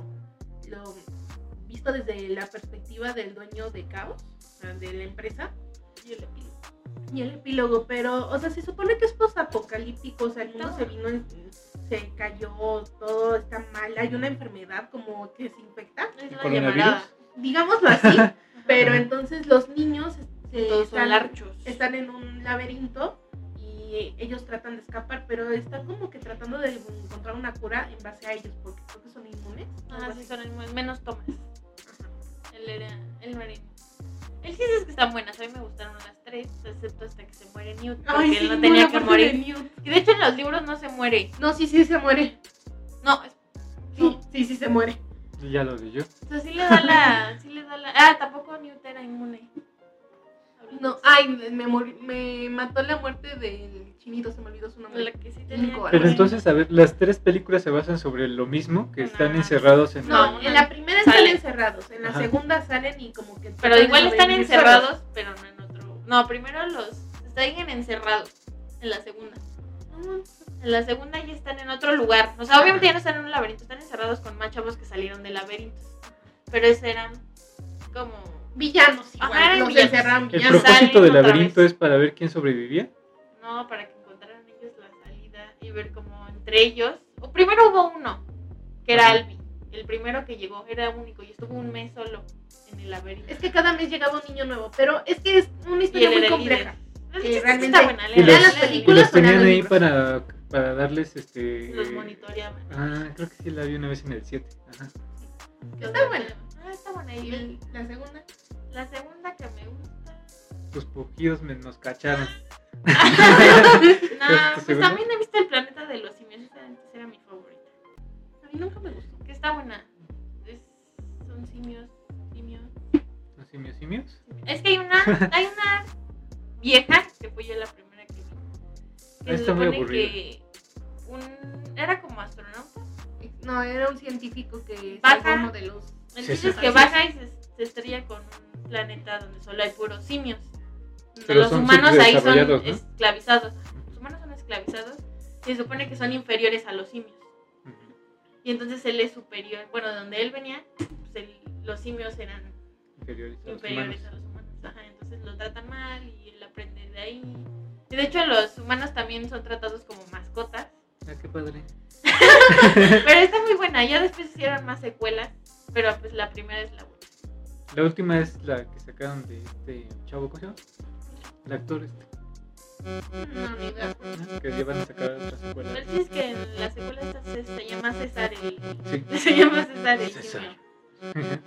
[SPEAKER 1] lo visto desde la perspectiva del dueño de Caos, o sea, de la empresa,
[SPEAKER 3] Yo le pido.
[SPEAKER 1] y el epílogo, pero, o sea, se supone que es posapocalíptico, o sea, el mundo se vino, en- se cayó, todo está mal, hay una enfermedad como que se infecta,
[SPEAKER 3] Es la
[SPEAKER 2] coronavirus?
[SPEAKER 3] llamarada.
[SPEAKER 1] digámoslo así,
[SPEAKER 3] Ajá.
[SPEAKER 1] pero entonces los niños se-
[SPEAKER 3] Todos son
[SPEAKER 1] están,
[SPEAKER 3] larchos.
[SPEAKER 1] están en un laberinto y ellos tratan de escapar, pero están como que tratando de encontrar una cura en base a ellos, porque creo que son inmunes. algo
[SPEAKER 3] Ah, sí,
[SPEAKER 1] así.
[SPEAKER 3] son el- menos tomas.
[SPEAKER 1] Ajá.
[SPEAKER 3] Él era el marino. El chiste es que están buenas. A mí me gustaron las tres, excepto hasta que se muere Newt. Porque
[SPEAKER 1] Ay,
[SPEAKER 3] él
[SPEAKER 1] sí,
[SPEAKER 3] no tenía
[SPEAKER 1] la
[SPEAKER 3] que
[SPEAKER 1] parte de
[SPEAKER 3] morir.
[SPEAKER 1] Newt.
[SPEAKER 3] Y de hecho en los libros no se muere.
[SPEAKER 1] No, sí, sí, se muere.
[SPEAKER 3] No, es-
[SPEAKER 1] Sí, sí, sí, se muere.
[SPEAKER 2] Y Ya lo leyó.
[SPEAKER 3] O sea, sí le da la. Sí le da la. Ah, tampoco Newt era inmune.
[SPEAKER 1] No, ay, me, mor- me mató la muerte del chinito, se me olvidó su nombre.
[SPEAKER 3] La que sí Ah. tenía.
[SPEAKER 1] Cinco,
[SPEAKER 3] que-
[SPEAKER 2] Pero entonces, a ver, las tres películas se basan sobre lo mismo, que están
[SPEAKER 3] Nah.
[SPEAKER 2] encerrados en
[SPEAKER 1] No,
[SPEAKER 2] la-
[SPEAKER 1] en la primera
[SPEAKER 3] Salen.
[SPEAKER 1] están encerrados, en la
[SPEAKER 2] Ajá.
[SPEAKER 1] segunda salen y como que...
[SPEAKER 3] Pero igual están
[SPEAKER 1] sobrevivir
[SPEAKER 3] encerrados, pero no en otro. No, primero los. Están encerrados. En la segunda.
[SPEAKER 1] solos.
[SPEAKER 3] En la segunda ya están en otro lugar. O sea, obviamente ya no están en un laberinto. Están encerrados con más chavos que salieron de laberintos. Pero esos eran como.
[SPEAKER 1] Villanos igual,
[SPEAKER 3] Ajá, eran
[SPEAKER 1] los
[SPEAKER 3] villanos.
[SPEAKER 1] encerraron
[SPEAKER 2] El
[SPEAKER 1] villanos.
[SPEAKER 3] propósito- salen
[SPEAKER 2] propósito del
[SPEAKER 3] otra
[SPEAKER 2] laberinto
[SPEAKER 3] vez.
[SPEAKER 2] es para ver quién sobrevivía.
[SPEAKER 3] No, para que encontraran ellos la salida y ver como entre ellos. O primero hubo uno, que era
[SPEAKER 2] Ajá.
[SPEAKER 3] Albi. El primero que llegó era único y estuvo un mes solo en el laberinto.
[SPEAKER 1] Es que cada mes llegaba un niño nuevo, pero es que es una
[SPEAKER 3] Y
[SPEAKER 1] historia
[SPEAKER 3] él
[SPEAKER 1] muy
[SPEAKER 3] era el
[SPEAKER 1] compleja.
[SPEAKER 3] líder. El
[SPEAKER 1] que
[SPEAKER 3] chiste es
[SPEAKER 1] realmente-
[SPEAKER 3] está buena, ¿eh?
[SPEAKER 2] Y
[SPEAKER 3] léela,
[SPEAKER 2] los-
[SPEAKER 3] léela,
[SPEAKER 1] las
[SPEAKER 3] léela.
[SPEAKER 2] Y
[SPEAKER 1] películas
[SPEAKER 2] los
[SPEAKER 1] para
[SPEAKER 2] tenían
[SPEAKER 1] los
[SPEAKER 2] ahí
[SPEAKER 1] libros.
[SPEAKER 2] para, para darles este.
[SPEAKER 3] Los monitoreaban.
[SPEAKER 2] Ah, creo que sí la vi una vez en el 7.
[SPEAKER 3] Los
[SPEAKER 2] Ajá.
[SPEAKER 1] Está
[SPEAKER 3] monitoreaban.
[SPEAKER 1] buena.
[SPEAKER 3] Ah, está buena.
[SPEAKER 1] Y
[SPEAKER 3] Y
[SPEAKER 1] el- la segunda...
[SPEAKER 3] la segunda que me gusta.
[SPEAKER 2] Tus pujidos me nos cacharon.
[SPEAKER 3] Nah, pues
[SPEAKER 2] segunda?
[SPEAKER 3] también he visto el planeta de los simios. Esa antes era mi favorita.
[SPEAKER 1] A mí nunca me gustó.
[SPEAKER 3] Que está buena. Es- son simios, simios.
[SPEAKER 2] ¿Los simios simios?
[SPEAKER 3] Es que hay una, hay una vieja, que fue yo la primera que vi. Que
[SPEAKER 2] Está
[SPEAKER 3] se
[SPEAKER 2] muy
[SPEAKER 3] supone
[SPEAKER 2] aburrida.
[SPEAKER 3] que un, era como astronauta.
[SPEAKER 1] No, era un científico que
[SPEAKER 3] Baja.
[SPEAKER 1] salvó uno de los...
[SPEAKER 3] El
[SPEAKER 2] Sí,
[SPEAKER 3] chiste
[SPEAKER 2] sí.
[SPEAKER 3] es que baja y se, se estrella con un planeta donde solo hay puros simios. Donde
[SPEAKER 2] Pero
[SPEAKER 3] los
[SPEAKER 2] son
[SPEAKER 3] humanos ahí son
[SPEAKER 2] subdesarrollados, ¿no?
[SPEAKER 3] esclavizados. Los humanos son esclavizados. Se supone que son inferiores a los simios.
[SPEAKER 2] Ujú.
[SPEAKER 3] Y entonces él es superior. Bueno, de donde él venía, pues él- los simios eran
[SPEAKER 2] Inferiores a los
[SPEAKER 3] inferiores a
[SPEAKER 2] humanos.
[SPEAKER 3] los humanos. Ajá, entonces lo tratan mal y él aprende de ahí. Y de hecho los humanos también son tratados como mascotas.
[SPEAKER 2] Ah, qué padre.
[SPEAKER 3] Pero está muy buena. Ya después hicieron más secuelas. Pero pues la primera es la buena.
[SPEAKER 2] La última es la que sacaron de este chavo, ¿cómo se llama? El actor este.
[SPEAKER 1] No, Mm, amiga.
[SPEAKER 2] ¿no? Que ya van a sacar otra secuela.
[SPEAKER 3] Pero sí es que en la secuela esta se, se llama César el.
[SPEAKER 2] Sí.
[SPEAKER 3] Se llama César el.
[SPEAKER 2] César.
[SPEAKER 3] Junior.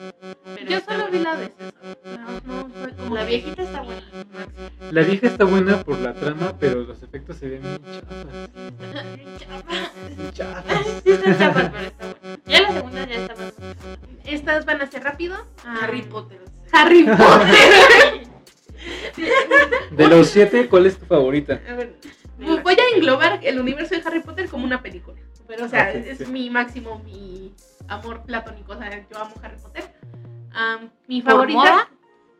[SPEAKER 3] Pero
[SPEAKER 1] Yo
[SPEAKER 3] está
[SPEAKER 1] solo vi
[SPEAKER 3] buena.
[SPEAKER 1] la de César. No, no, fue como
[SPEAKER 3] La
[SPEAKER 1] que-
[SPEAKER 3] viejita está buena.
[SPEAKER 2] La vieja está buena por la trama, pero los efectos se ven bien chafas. bien chafas.
[SPEAKER 3] Sí, está chapa, pero está buena. Ya la segunda ya está más.
[SPEAKER 1] Estas van a ser rápido. Ah,
[SPEAKER 3] Harry Potter.
[SPEAKER 1] Harry Potter.
[SPEAKER 2] De los siete, ¿cuál es tu favorita?
[SPEAKER 1] A ver, voy a englobar el universo de Harry Potter como una película. Pero, o sea,
[SPEAKER 2] Ok,
[SPEAKER 1] es
[SPEAKER 2] sí.
[SPEAKER 1] mi máximo, mi amor platónico. O sea, yo amo Harry Potter. Am, mi
[SPEAKER 3] ¿Por
[SPEAKER 1] favorita.
[SPEAKER 3] moda?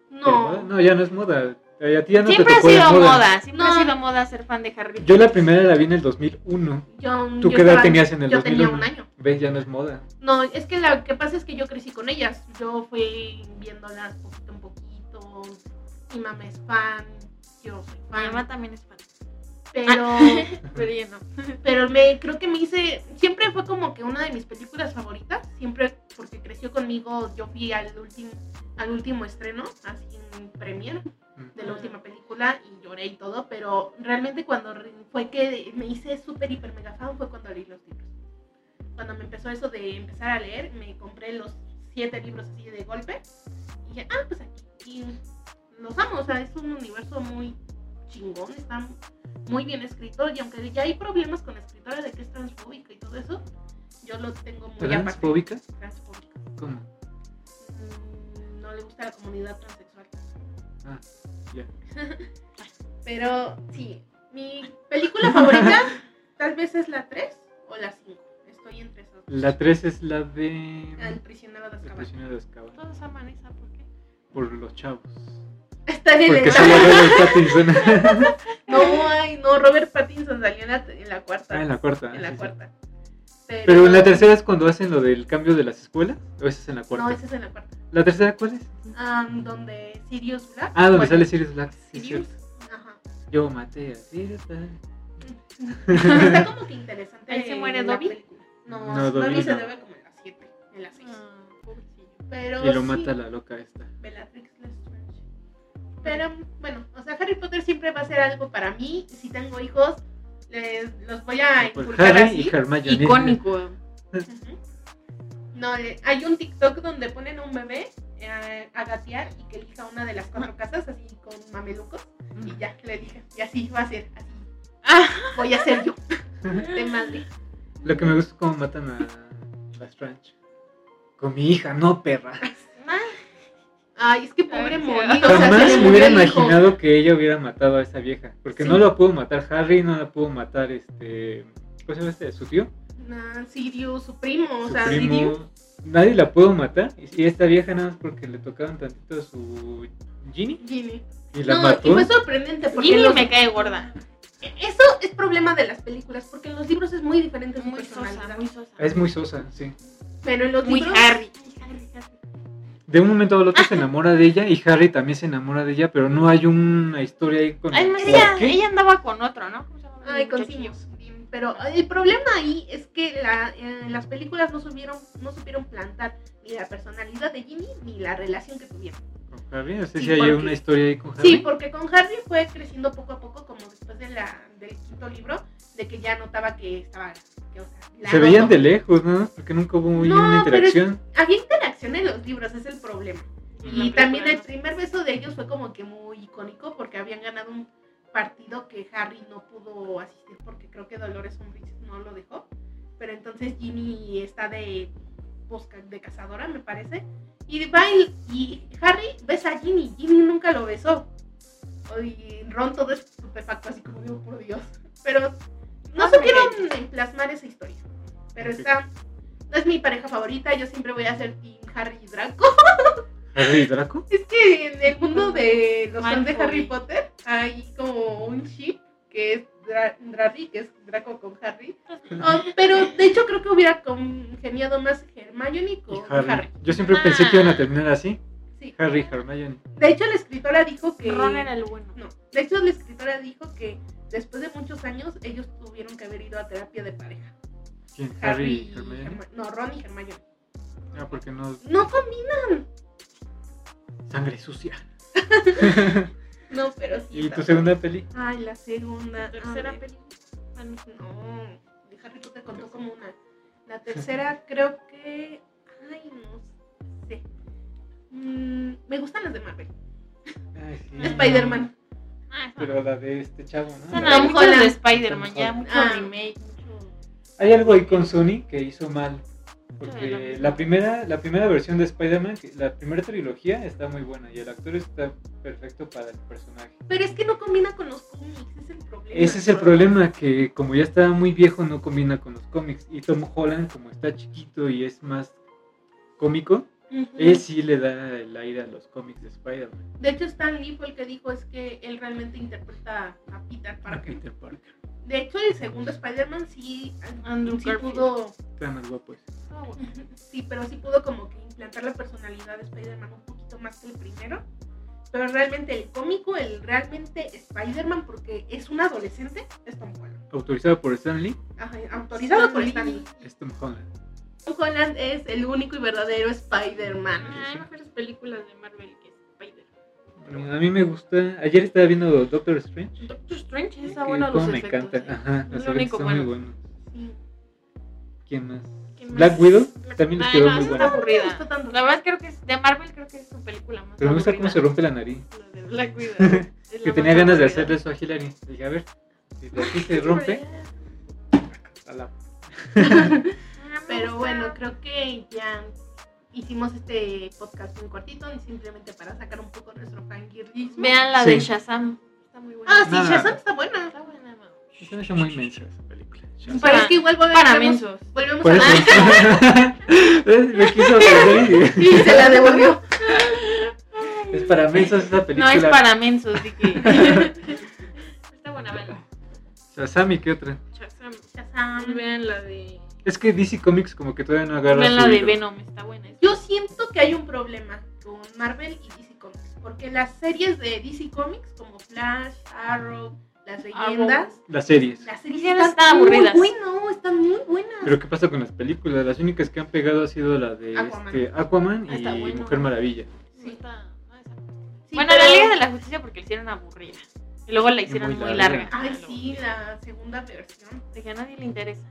[SPEAKER 2] Pero,
[SPEAKER 1] No.
[SPEAKER 2] No, ya no es moda. A ti ya no
[SPEAKER 3] Siempre
[SPEAKER 2] te
[SPEAKER 3] ha
[SPEAKER 2] tocó la
[SPEAKER 3] sido
[SPEAKER 2] moda.
[SPEAKER 3] moda. Siempre
[SPEAKER 1] No.
[SPEAKER 3] ha sido moda ser fan de Harry
[SPEAKER 2] Yo la primera la vi en el 2001.
[SPEAKER 1] Yo,
[SPEAKER 2] ¿Tú
[SPEAKER 1] yo
[SPEAKER 2] qué edad
[SPEAKER 1] estaba-
[SPEAKER 2] tenías en el
[SPEAKER 1] Yo
[SPEAKER 2] 2001?
[SPEAKER 1] tenía un año.
[SPEAKER 2] ¿Ves? Ya no es moda.
[SPEAKER 1] No, es que lo que pasa es que yo crecí con ellas. Yo fui viéndolas poquito en poquito. Mi mamá es fan. Yo soy
[SPEAKER 3] Mi mamá
[SPEAKER 1] fan.
[SPEAKER 3] también es fan.
[SPEAKER 1] Pero,
[SPEAKER 3] Pero yo no.
[SPEAKER 1] pero me, creo que me hice. Siempre fue como que una de mis películas favoritas. Siempre porque creció conmigo. Yo fui al último, al último estreno, así en premiere de la
[SPEAKER 3] Mm.
[SPEAKER 1] última película y lloré y todo. Pero realmente cuando re- fue que me hice súper, hiper mega fan fue cuando leí los libros. Cuando me empezó eso de empezar a leer, me compré los siete libros así de golpe. Y dije, ah, pues aquí. Y los amo, o sea, es un universo muy chingón, está muy bien escrito. Y aunque ya hay problemas con la escritora de que es transfóbica y todo eso, yo lo tengo muy aparte.
[SPEAKER 2] ¿Transfóbica?
[SPEAKER 1] Transfóbica.
[SPEAKER 2] ¿Cómo?
[SPEAKER 1] Mm, No le gusta la comunidad transexual.
[SPEAKER 2] Ah, ya.
[SPEAKER 1] Pero sí, mi película favorita tal vez es la 3 o la 5. Estoy entre esas. dos. Ah,
[SPEAKER 2] La 3 es la
[SPEAKER 1] El
[SPEAKER 2] de.
[SPEAKER 1] prisionero de
[SPEAKER 2] El
[SPEAKER 1] Azkaban.
[SPEAKER 2] prisionero de Azkaban.
[SPEAKER 3] Todos aman esa, ¿por qué?
[SPEAKER 2] Por los chavos.
[SPEAKER 1] Está en el
[SPEAKER 2] Porque solo Robert Pattinson.
[SPEAKER 1] No, ay, no, Robert Pattinson salió en la, en la cuarta.
[SPEAKER 2] Ah, en la cuarta.
[SPEAKER 1] en
[SPEAKER 2] ah,
[SPEAKER 1] la
[SPEAKER 2] sí, sí.
[SPEAKER 1] cuarta.
[SPEAKER 2] Pero en la tercera es cuando hacen lo del cambio de las escuelas. ¿O esa es en la cuarta?
[SPEAKER 1] No, esa es en la cuarta.
[SPEAKER 2] ¿La tercera cuál es?
[SPEAKER 1] Am, donde Sirius Black.
[SPEAKER 2] Ah, donde
[SPEAKER 1] bueno,
[SPEAKER 2] sale Sirius Black. sí,
[SPEAKER 1] Sirius.
[SPEAKER 2] cierto.
[SPEAKER 1] Ajá.
[SPEAKER 2] Yo maté a Sirius Black.
[SPEAKER 1] Está como que interesante.
[SPEAKER 3] Ahí se muere
[SPEAKER 1] la
[SPEAKER 3] Dobby.
[SPEAKER 1] película. No,
[SPEAKER 2] No,
[SPEAKER 1] Dobby,
[SPEAKER 2] Dobby
[SPEAKER 1] se
[SPEAKER 2] no.
[SPEAKER 1] debe como en la 7, en la 6.
[SPEAKER 3] Ah, pobrecillo.
[SPEAKER 1] Pero
[SPEAKER 2] Y lo
[SPEAKER 1] sí.
[SPEAKER 2] mata la loca esta.
[SPEAKER 1] Bellatrix Lestrange. Pero bueno, o sea, Harry Potter siempre va a ser algo para mí. Si tengo hijos, les, los voy a
[SPEAKER 2] Por
[SPEAKER 1] inculcar
[SPEAKER 2] Pues, Harry
[SPEAKER 1] así.
[SPEAKER 2] y Hermione.
[SPEAKER 3] Icónico.
[SPEAKER 1] Ujú. No, le- hay un TikTok donde ponen a un bebé eh, a gatear y que elija una de las cuatro casas, así con mamelucos, y ya le elija. Y así va a ser, así
[SPEAKER 3] Ah.
[SPEAKER 1] voy a ser yo de Madrid.
[SPEAKER 2] Lo que me gusta es cómo matan a la Strange. Con mi hija, no perra.
[SPEAKER 1] Ay, es que pobre
[SPEAKER 3] Ay, qué
[SPEAKER 1] Molly. O sea,
[SPEAKER 2] Jamás
[SPEAKER 1] se le
[SPEAKER 2] me
[SPEAKER 1] murió
[SPEAKER 2] hubiera
[SPEAKER 1] el hijo.
[SPEAKER 2] imaginado que ella hubiera matado a esa vieja. Porque
[SPEAKER 1] Sí.
[SPEAKER 2] no la pudo matar Harry, no la pudo matar este. ¿Cómo se llama este? ¿Su tío?
[SPEAKER 1] Nah, Sirius, su primo, o
[SPEAKER 2] Su
[SPEAKER 1] sea, Sirius.
[SPEAKER 2] primo. Nadie la pudo matar. Y y esta vieja nada más porque le tocaban tantito a su Ginny.
[SPEAKER 1] Ginny.
[SPEAKER 2] Y la
[SPEAKER 1] no,
[SPEAKER 2] mató.
[SPEAKER 1] y pues, fue sorprendente porque
[SPEAKER 3] Ginny
[SPEAKER 1] los- E,
[SPEAKER 3] me cae gorda.
[SPEAKER 1] Eso es problema de las películas, porque en los libros es muy diferente su
[SPEAKER 3] Muy sosa,
[SPEAKER 1] personalidad.
[SPEAKER 3] muy sosa.
[SPEAKER 2] Es muy sosa, sí.
[SPEAKER 1] Pero en los
[SPEAKER 3] muy
[SPEAKER 1] libros
[SPEAKER 3] Harry.
[SPEAKER 2] De un momento al otro
[SPEAKER 1] Ah.
[SPEAKER 2] se enamora de ella y Harry también se enamora de ella, pero no hay una historia ahí con
[SPEAKER 3] Además,
[SPEAKER 2] ¿Por
[SPEAKER 3] ella,
[SPEAKER 2] qué?
[SPEAKER 3] ella andaba con otro, ¿no? ¿Cómo se llama?
[SPEAKER 1] Ay, con
[SPEAKER 3] Muchachillo.
[SPEAKER 1] Sirius. Pero el problema ahí es que la- en las películas no supieron, no supieron plantar ni la personalidad de Ginny ni la relación que tuvieron.
[SPEAKER 2] Con Harry, no sé
[SPEAKER 1] Sí,
[SPEAKER 2] si hay
[SPEAKER 1] porque-
[SPEAKER 2] una historia ahí con Harry.
[SPEAKER 1] Sí, porque con Harry fue creciendo poco a poco, como después de la, del quinto libro, de que ya notaba que estaba. que, o sea, la
[SPEAKER 2] se veían
[SPEAKER 1] noto.
[SPEAKER 2] de lejos, ¿no? Porque nunca hubo
[SPEAKER 1] No,
[SPEAKER 2] una
[SPEAKER 1] pero es-
[SPEAKER 2] interacción.
[SPEAKER 1] Había interacción en los libros, es el problema. Y
[SPEAKER 3] La
[SPEAKER 1] también
[SPEAKER 3] película,
[SPEAKER 1] el
[SPEAKER 3] ¿no?
[SPEAKER 1] primer beso de ellos fue como que muy icónico porque habían ganado un partido que Harry no pudo asistir porque creo que Dolores Umbridge no lo dejó. Pero entonces Ginny está de busca- de cazadora, me parece. Y va y, y Harry besa a Ginny. Ginny nunca lo besó. Y Ron todo estupefacto, así como digo, por Dios. Pero no
[SPEAKER 3] Ah, muy
[SPEAKER 1] supieron plasmar esa historia. Pero
[SPEAKER 2] Ok.
[SPEAKER 1] está. No es mi pareja favorita. Yo siempre voy a ser Team Harry y Draco.
[SPEAKER 2] Harry y Draco.
[SPEAKER 1] Es que en el mundo de los fans de
[SPEAKER 3] Malfoy.
[SPEAKER 1] Harry Potter hay como un chip que es Dra Drarry, que es Draco con Harry. Ah, pero de hecho creo que hubiera congeniado más Hermione
[SPEAKER 2] Y
[SPEAKER 1] con
[SPEAKER 2] Harry.
[SPEAKER 1] Harry. Ah.
[SPEAKER 2] Yo siempre pensé que iban a terminar así.
[SPEAKER 1] Sí.
[SPEAKER 2] Harry y Hermione.
[SPEAKER 1] De hecho, la escritora dijo que.
[SPEAKER 3] Ron era el bueno.
[SPEAKER 1] No. De hecho, la escritora dijo que después de muchos años ellos tuvieron que haber ido a terapia de pareja.
[SPEAKER 2] ¿Quién?
[SPEAKER 1] Harry,
[SPEAKER 2] Harry,
[SPEAKER 1] y
[SPEAKER 2] y Hermione.
[SPEAKER 1] Herma- No, Ron y Hermione.
[SPEAKER 2] Ah, porque no.
[SPEAKER 1] No comí.
[SPEAKER 2] Sangre sucia.
[SPEAKER 1] No, pero sí.
[SPEAKER 2] y
[SPEAKER 1] está-
[SPEAKER 2] tu segunda peli.
[SPEAKER 1] Ay, la segunda.
[SPEAKER 3] La tercera
[SPEAKER 1] a ver.
[SPEAKER 3] peli. Ah, no.
[SPEAKER 1] No, de Harry Potter contó como una. La tercera creo que... Ay, no sé. Mm, me gustan las de Marvel.
[SPEAKER 2] Ay, sí.
[SPEAKER 1] Spider-Man.
[SPEAKER 3] Ah, esa-
[SPEAKER 2] Pero la de este chavo, ¿no?
[SPEAKER 3] Son a
[SPEAKER 1] Tom
[SPEAKER 3] mucho de
[SPEAKER 1] Holland.
[SPEAKER 3] Spider-Man, ya
[SPEAKER 2] Tom
[SPEAKER 3] mucho
[SPEAKER 1] Holland. Ah.
[SPEAKER 3] remake, mucho.
[SPEAKER 2] Hay algo ahí con Sony que hizo mal.
[SPEAKER 3] Sí, lo
[SPEAKER 2] Porque
[SPEAKER 3] mismo.
[SPEAKER 2] la primera, la primera versión de Spider-Man, que- la primera trilogía está muy buena y el actor está perfecto para el personaje.
[SPEAKER 1] Pero es que no combina con los cómics, ese es el problema.
[SPEAKER 2] Ese es el problema, que como ya está muy viejo no combina con los cómics. Y Tom Holland, como está chiquito y es más cómico,
[SPEAKER 1] Ujú.
[SPEAKER 2] él sí le da el aire a los cómics de Spider-Man.
[SPEAKER 1] De hecho, Stan Lee fue el que dijo es que él realmente interpreta a Peter
[SPEAKER 2] Para
[SPEAKER 1] Parker.
[SPEAKER 2] Peter Parker.
[SPEAKER 1] De hecho, el segundo Spider-Man sí,
[SPEAKER 3] Andrew
[SPEAKER 1] sí
[SPEAKER 3] Garfield.
[SPEAKER 1] pudo...
[SPEAKER 2] Está más guapo ese.
[SPEAKER 3] Ah, bueno.
[SPEAKER 1] Sí, pero sí pudo como que implantar la personalidad de Spider-Man un poquito más que el primero. Pero realmente el cómico, el realmente Spider-Man, porque es un adolescente, es Tom Holland.
[SPEAKER 2] Autorizado por Stanley,
[SPEAKER 1] Ajá, autorizado por Stanley.
[SPEAKER 2] es Tom Holland.
[SPEAKER 1] Tom Holland es el único y verdadero Spider-Man.
[SPEAKER 3] Ah, Hay mejores películas de Marvel que Spider-Man.
[SPEAKER 2] A mí me gusta. Ayer estaba viendo Doctor Strange.
[SPEAKER 3] Doctor Strange es
[SPEAKER 2] que
[SPEAKER 3] bueno los
[SPEAKER 2] como me
[SPEAKER 3] efectos. eh?
[SPEAKER 2] encanta. Ajá, los
[SPEAKER 3] Lo único
[SPEAKER 2] efectos son muy
[SPEAKER 3] bueno.
[SPEAKER 2] buenos.
[SPEAKER 1] Sí.
[SPEAKER 2] ¿Quién más?
[SPEAKER 3] ¿Quién más?
[SPEAKER 2] Black Widow también les
[SPEAKER 3] Ay,
[SPEAKER 2] quedó
[SPEAKER 3] no,
[SPEAKER 2] muy
[SPEAKER 3] esa
[SPEAKER 2] buena.
[SPEAKER 3] está aburrida.
[SPEAKER 1] No me gustó tanto.
[SPEAKER 3] La verdad creo que es, de Marvel creo que es su película más
[SPEAKER 2] Pero me gusta cómo
[SPEAKER 3] aburrida.
[SPEAKER 2] se rompe la nariz.
[SPEAKER 3] La de Black Widow. Es la
[SPEAKER 2] Que
[SPEAKER 3] más
[SPEAKER 2] tenía ganas de
[SPEAKER 3] aburrida.
[SPEAKER 2] hacerle eso a Hillary. Dije, a ver, si de aquí se rompe, a la
[SPEAKER 3] Ah, me
[SPEAKER 1] Pero
[SPEAKER 3] gusta.
[SPEAKER 1] bueno, creo que ya hicimos este podcast muy cortito, simplemente para sacar un poco nuestro fangirlismo.
[SPEAKER 3] Vean la de
[SPEAKER 2] Sí.
[SPEAKER 3] Shazam. Está muy buena.
[SPEAKER 1] Ah, sí,
[SPEAKER 2] Nada.
[SPEAKER 1] Shazam está buena.
[SPEAKER 3] Está buena, mamá.
[SPEAKER 2] Se me hizo muy mensa esa película.
[SPEAKER 1] Pero
[SPEAKER 3] Para-
[SPEAKER 1] es que igual volvemos,
[SPEAKER 3] Para mensos.
[SPEAKER 1] volvemos
[SPEAKER 2] Por
[SPEAKER 1] a
[SPEAKER 2] eso. Es- me quiso ofender
[SPEAKER 1] Y se la devolvió.
[SPEAKER 2] y- Es para mensos esa
[SPEAKER 3] No
[SPEAKER 2] película.
[SPEAKER 3] es para mensos, dije. Está buena, vean.
[SPEAKER 2] Shazam y qué otra.
[SPEAKER 3] Shazam.
[SPEAKER 1] Shazam.
[SPEAKER 3] Vean la de.
[SPEAKER 2] Es que DC Comics como que todavía no agarra
[SPEAKER 3] Vean
[SPEAKER 2] su
[SPEAKER 3] la de
[SPEAKER 2] hilo.
[SPEAKER 3] Venom, está buena. Es-
[SPEAKER 1] Yo siento que hay un problema con Marvel y DC Comics, porque las series de DC Comics como Flash, Arrow, las leyendas,
[SPEAKER 2] Las series.
[SPEAKER 1] las series
[SPEAKER 3] Ya
[SPEAKER 1] están,
[SPEAKER 3] están aburridas.
[SPEAKER 1] muy buenas, están muy buenas.
[SPEAKER 2] Pero ¿qué pasa con las películas? Las únicas que han pegado ha sido la de
[SPEAKER 1] Aquaman.
[SPEAKER 2] este, Aquaman
[SPEAKER 3] Ah,
[SPEAKER 2] y
[SPEAKER 3] está bueno.
[SPEAKER 2] Mujer Maravilla.
[SPEAKER 1] Sí.
[SPEAKER 3] Está-
[SPEAKER 1] ah,
[SPEAKER 3] no, esa-
[SPEAKER 1] Sí,
[SPEAKER 3] bueno,
[SPEAKER 1] pero-
[SPEAKER 3] la Liga de la Justicia porque la hicieron aburrida. Y luego la hicieron
[SPEAKER 2] Muy
[SPEAKER 3] muy,
[SPEAKER 2] larga.
[SPEAKER 3] larga.
[SPEAKER 1] Ay,
[SPEAKER 3] Luego-
[SPEAKER 1] sí, la segunda versión.
[SPEAKER 3] Dije, a nadie le interesa.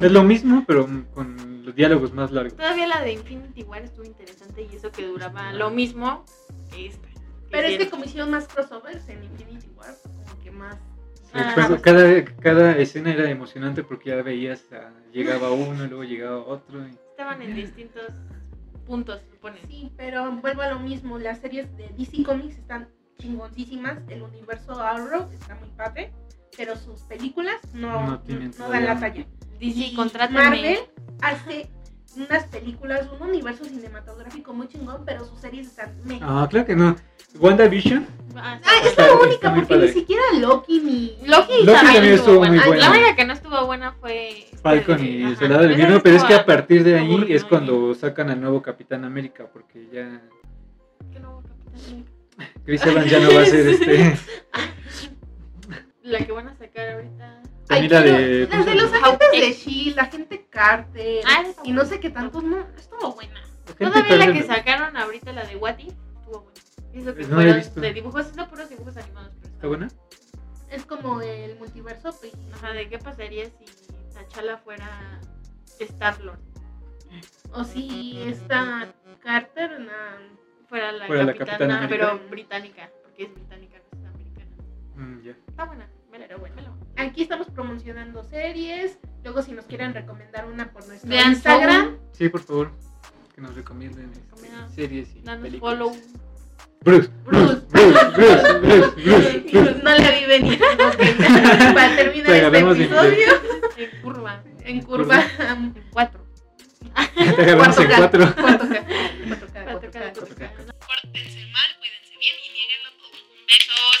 [SPEAKER 2] Es lo mismo, pero con los diálogos más largos.
[SPEAKER 3] Todavía la de Infinity War estuvo interesante y eso que
[SPEAKER 2] Ah.
[SPEAKER 3] duraba lo mismo que esta. que
[SPEAKER 1] Pero es que
[SPEAKER 3] hicieron.
[SPEAKER 1] como hicieron más crossovers en Infinity War, como que más...
[SPEAKER 2] Sí,
[SPEAKER 3] Ah,
[SPEAKER 2] cada-
[SPEAKER 3] pues-
[SPEAKER 2] cada, cada escena era emocionante porque ya veías, a- llegaba uno, y luego llegaba otro. y-
[SPEAKER 3] estaban en distintos puntos, supone.
[SPEAKER 1] Sí, pero vuelvo a lo mismo, las series de DC Comics están chingoncísimas, el universo Arrow está muy padre, pero sus películas no,
[SPEAKER 2] No tienen
[SPEAKER 1] no dan la
[SPEAKER 2] todavía.
[SPEAKER 1] talla.
[SPEAKER 3] DC,
[SPEAKER 1] Y
[SPEAKER 3] contrátame.
[SPEAKER 1] Marvel hace unas películas, un universo cinematográfico muy chingón, pero sus series están meh.
[SPEAKER 2] Ah, claro que no. WandaVision.
[SPEAKER 3] Ah,
[SPEAKER 1] Ah, es
[SPEAKER 2] Está-
[SPEAKER 1] la
[SPEAKER 2] está
[SPEAKER 1] única,
[SPEAKER 2] muy
[SPEAKER 1] porque ni
[SPEAKER 2] padre.
[SPEAKER 1] siquiera Loki ni...
[SPEAKER 3] Loki,
[SPEAKER 2] Loki también estuvo muy
[SPEAKER 1] buena.
[SPEAKER 3] La
[SPEAKER 1] buena.
[SPEAKER 3] única que no estuvo buena fue esta
[SPEAKER 2] Falcon
[SPEAKER 3] de-
[SPEAKER 2] y
[SPEAKER 3] ajá.
[SPEAKER 2] el Soldado del
[SPEAKER 3] Esa
[SPEAKER 2] Invierno, pero es que a
[SPEAKER 3] estaba-
[SPEAKER 2] partir de ahí
[SPEAKER 3] aburrido,
[SPEAKER 2] es
[SPEAKER 3] ¿eh?
[SPEAKER 2] cuando sacan al nuevo Capitán América, porque ya
[SPEAKER 3] ¿Qué nuevo Capitán?
[SPEAKER 2] Chris Evans ya no va a ser este.
[SPEAKER 3] La que van a sacar ahorita.
[SPEAKER 1] Ay,
[SPEAKER 2] También la
[SPEAKER 1] quiero-
[SPEAKER 2] de. ¿cómo
[SPEAKER 1] Las de
[SPEAKER 2] se
[SPEAKER 1] los
[SPEAKER 2] llama?
[SPEAKER 1] agentes de S.H.I.E.L.D., la gente Carter
[SPEAKER 3] Ah, esa está
[SPEAKER 1] y no sé qué tantos, no, estuvo buena.
[SPEAKER 2] Agente
[SPEAKER 3] Todavía la
[SPEAKER 2] Carter.
[SPEAKER 3] que sacaron ahorita, la de Wati, estuvo buena. Eso que
[SPEAKER 2] No la he
[SPEAKER 3] fueron
[SPEAKER 2] visto.
[SPEAKER 3] de dibujos, no puros dibujos animados. pero
[SPEAKER 2] ¿Está buena?
[SPEAKER 1] Es como el multiverso, pues,
[SPEAKER 3] Ajá, de qué pasaría si T'Challa fuera Star-Lord.
[SPEAKER 1] o si esta Carter, na-
[SPEAKER 3] Fuera la
[SPEAKER 2] Fuera la
[SPEAKER 3] capitana,
[SPEAKER 2] Capitana
[SPEAKER 3] pero
[SPEAKER 1] América.
[SPEAKER 3] británica, porque es británica, no es americana.
[SPEAKER 2] Mm, ya.
[SPEAKER 3] Está buena, vela,
[SPEAKER 1] Pero bueno.
[SPEAKER 3] vela.
[SPEAKER 1] aquí estamos promocionando series, luego si nos quieren recomendar una por nuestro
[SPEAKER 3] Vean
[SPEAKER 1] Instagram,
[SPEAKER 2] Sí, por favor. Que nos recomienden este,
[SPEAKER 3] Recomienda.
[SPEAKER 2] series y
[SPEAKER 3] Ah. Danos
[SPEAKER 2] películas.
[SPEAKER 3] follow.
[SPEAKER 2] Bruce, Bruce, Bruce, Bruce, Bruce, Bruce,
[SPEAKER 1] Y no la vi venir, ok. para terminar
[SPEAKER 2] Te
[SPEAKER 1] este
[SPEAKER 2] agarramos de
[SPEAKER 1] episodio
[SPEAKER 3] En curva.
[SPEAKER 1] en curva.
[SPEAKER 3] En cuatro.
[SPEAKER 2] Te agarramos en cuatro.
[SPEAKER 1] Cuatro K, cuatro K,
[SPEAKER 3] Cuatro,
[SPEAKER 1] cuatro K.
[SPEAKER 3] cuatro, cuatro,
[SPEAKER 2] cuatro.
[SPEAKER 3] cuatro.
[SPEAKER 4] Pórtense mal, cuídense bien y nieguenlo todo. Besos.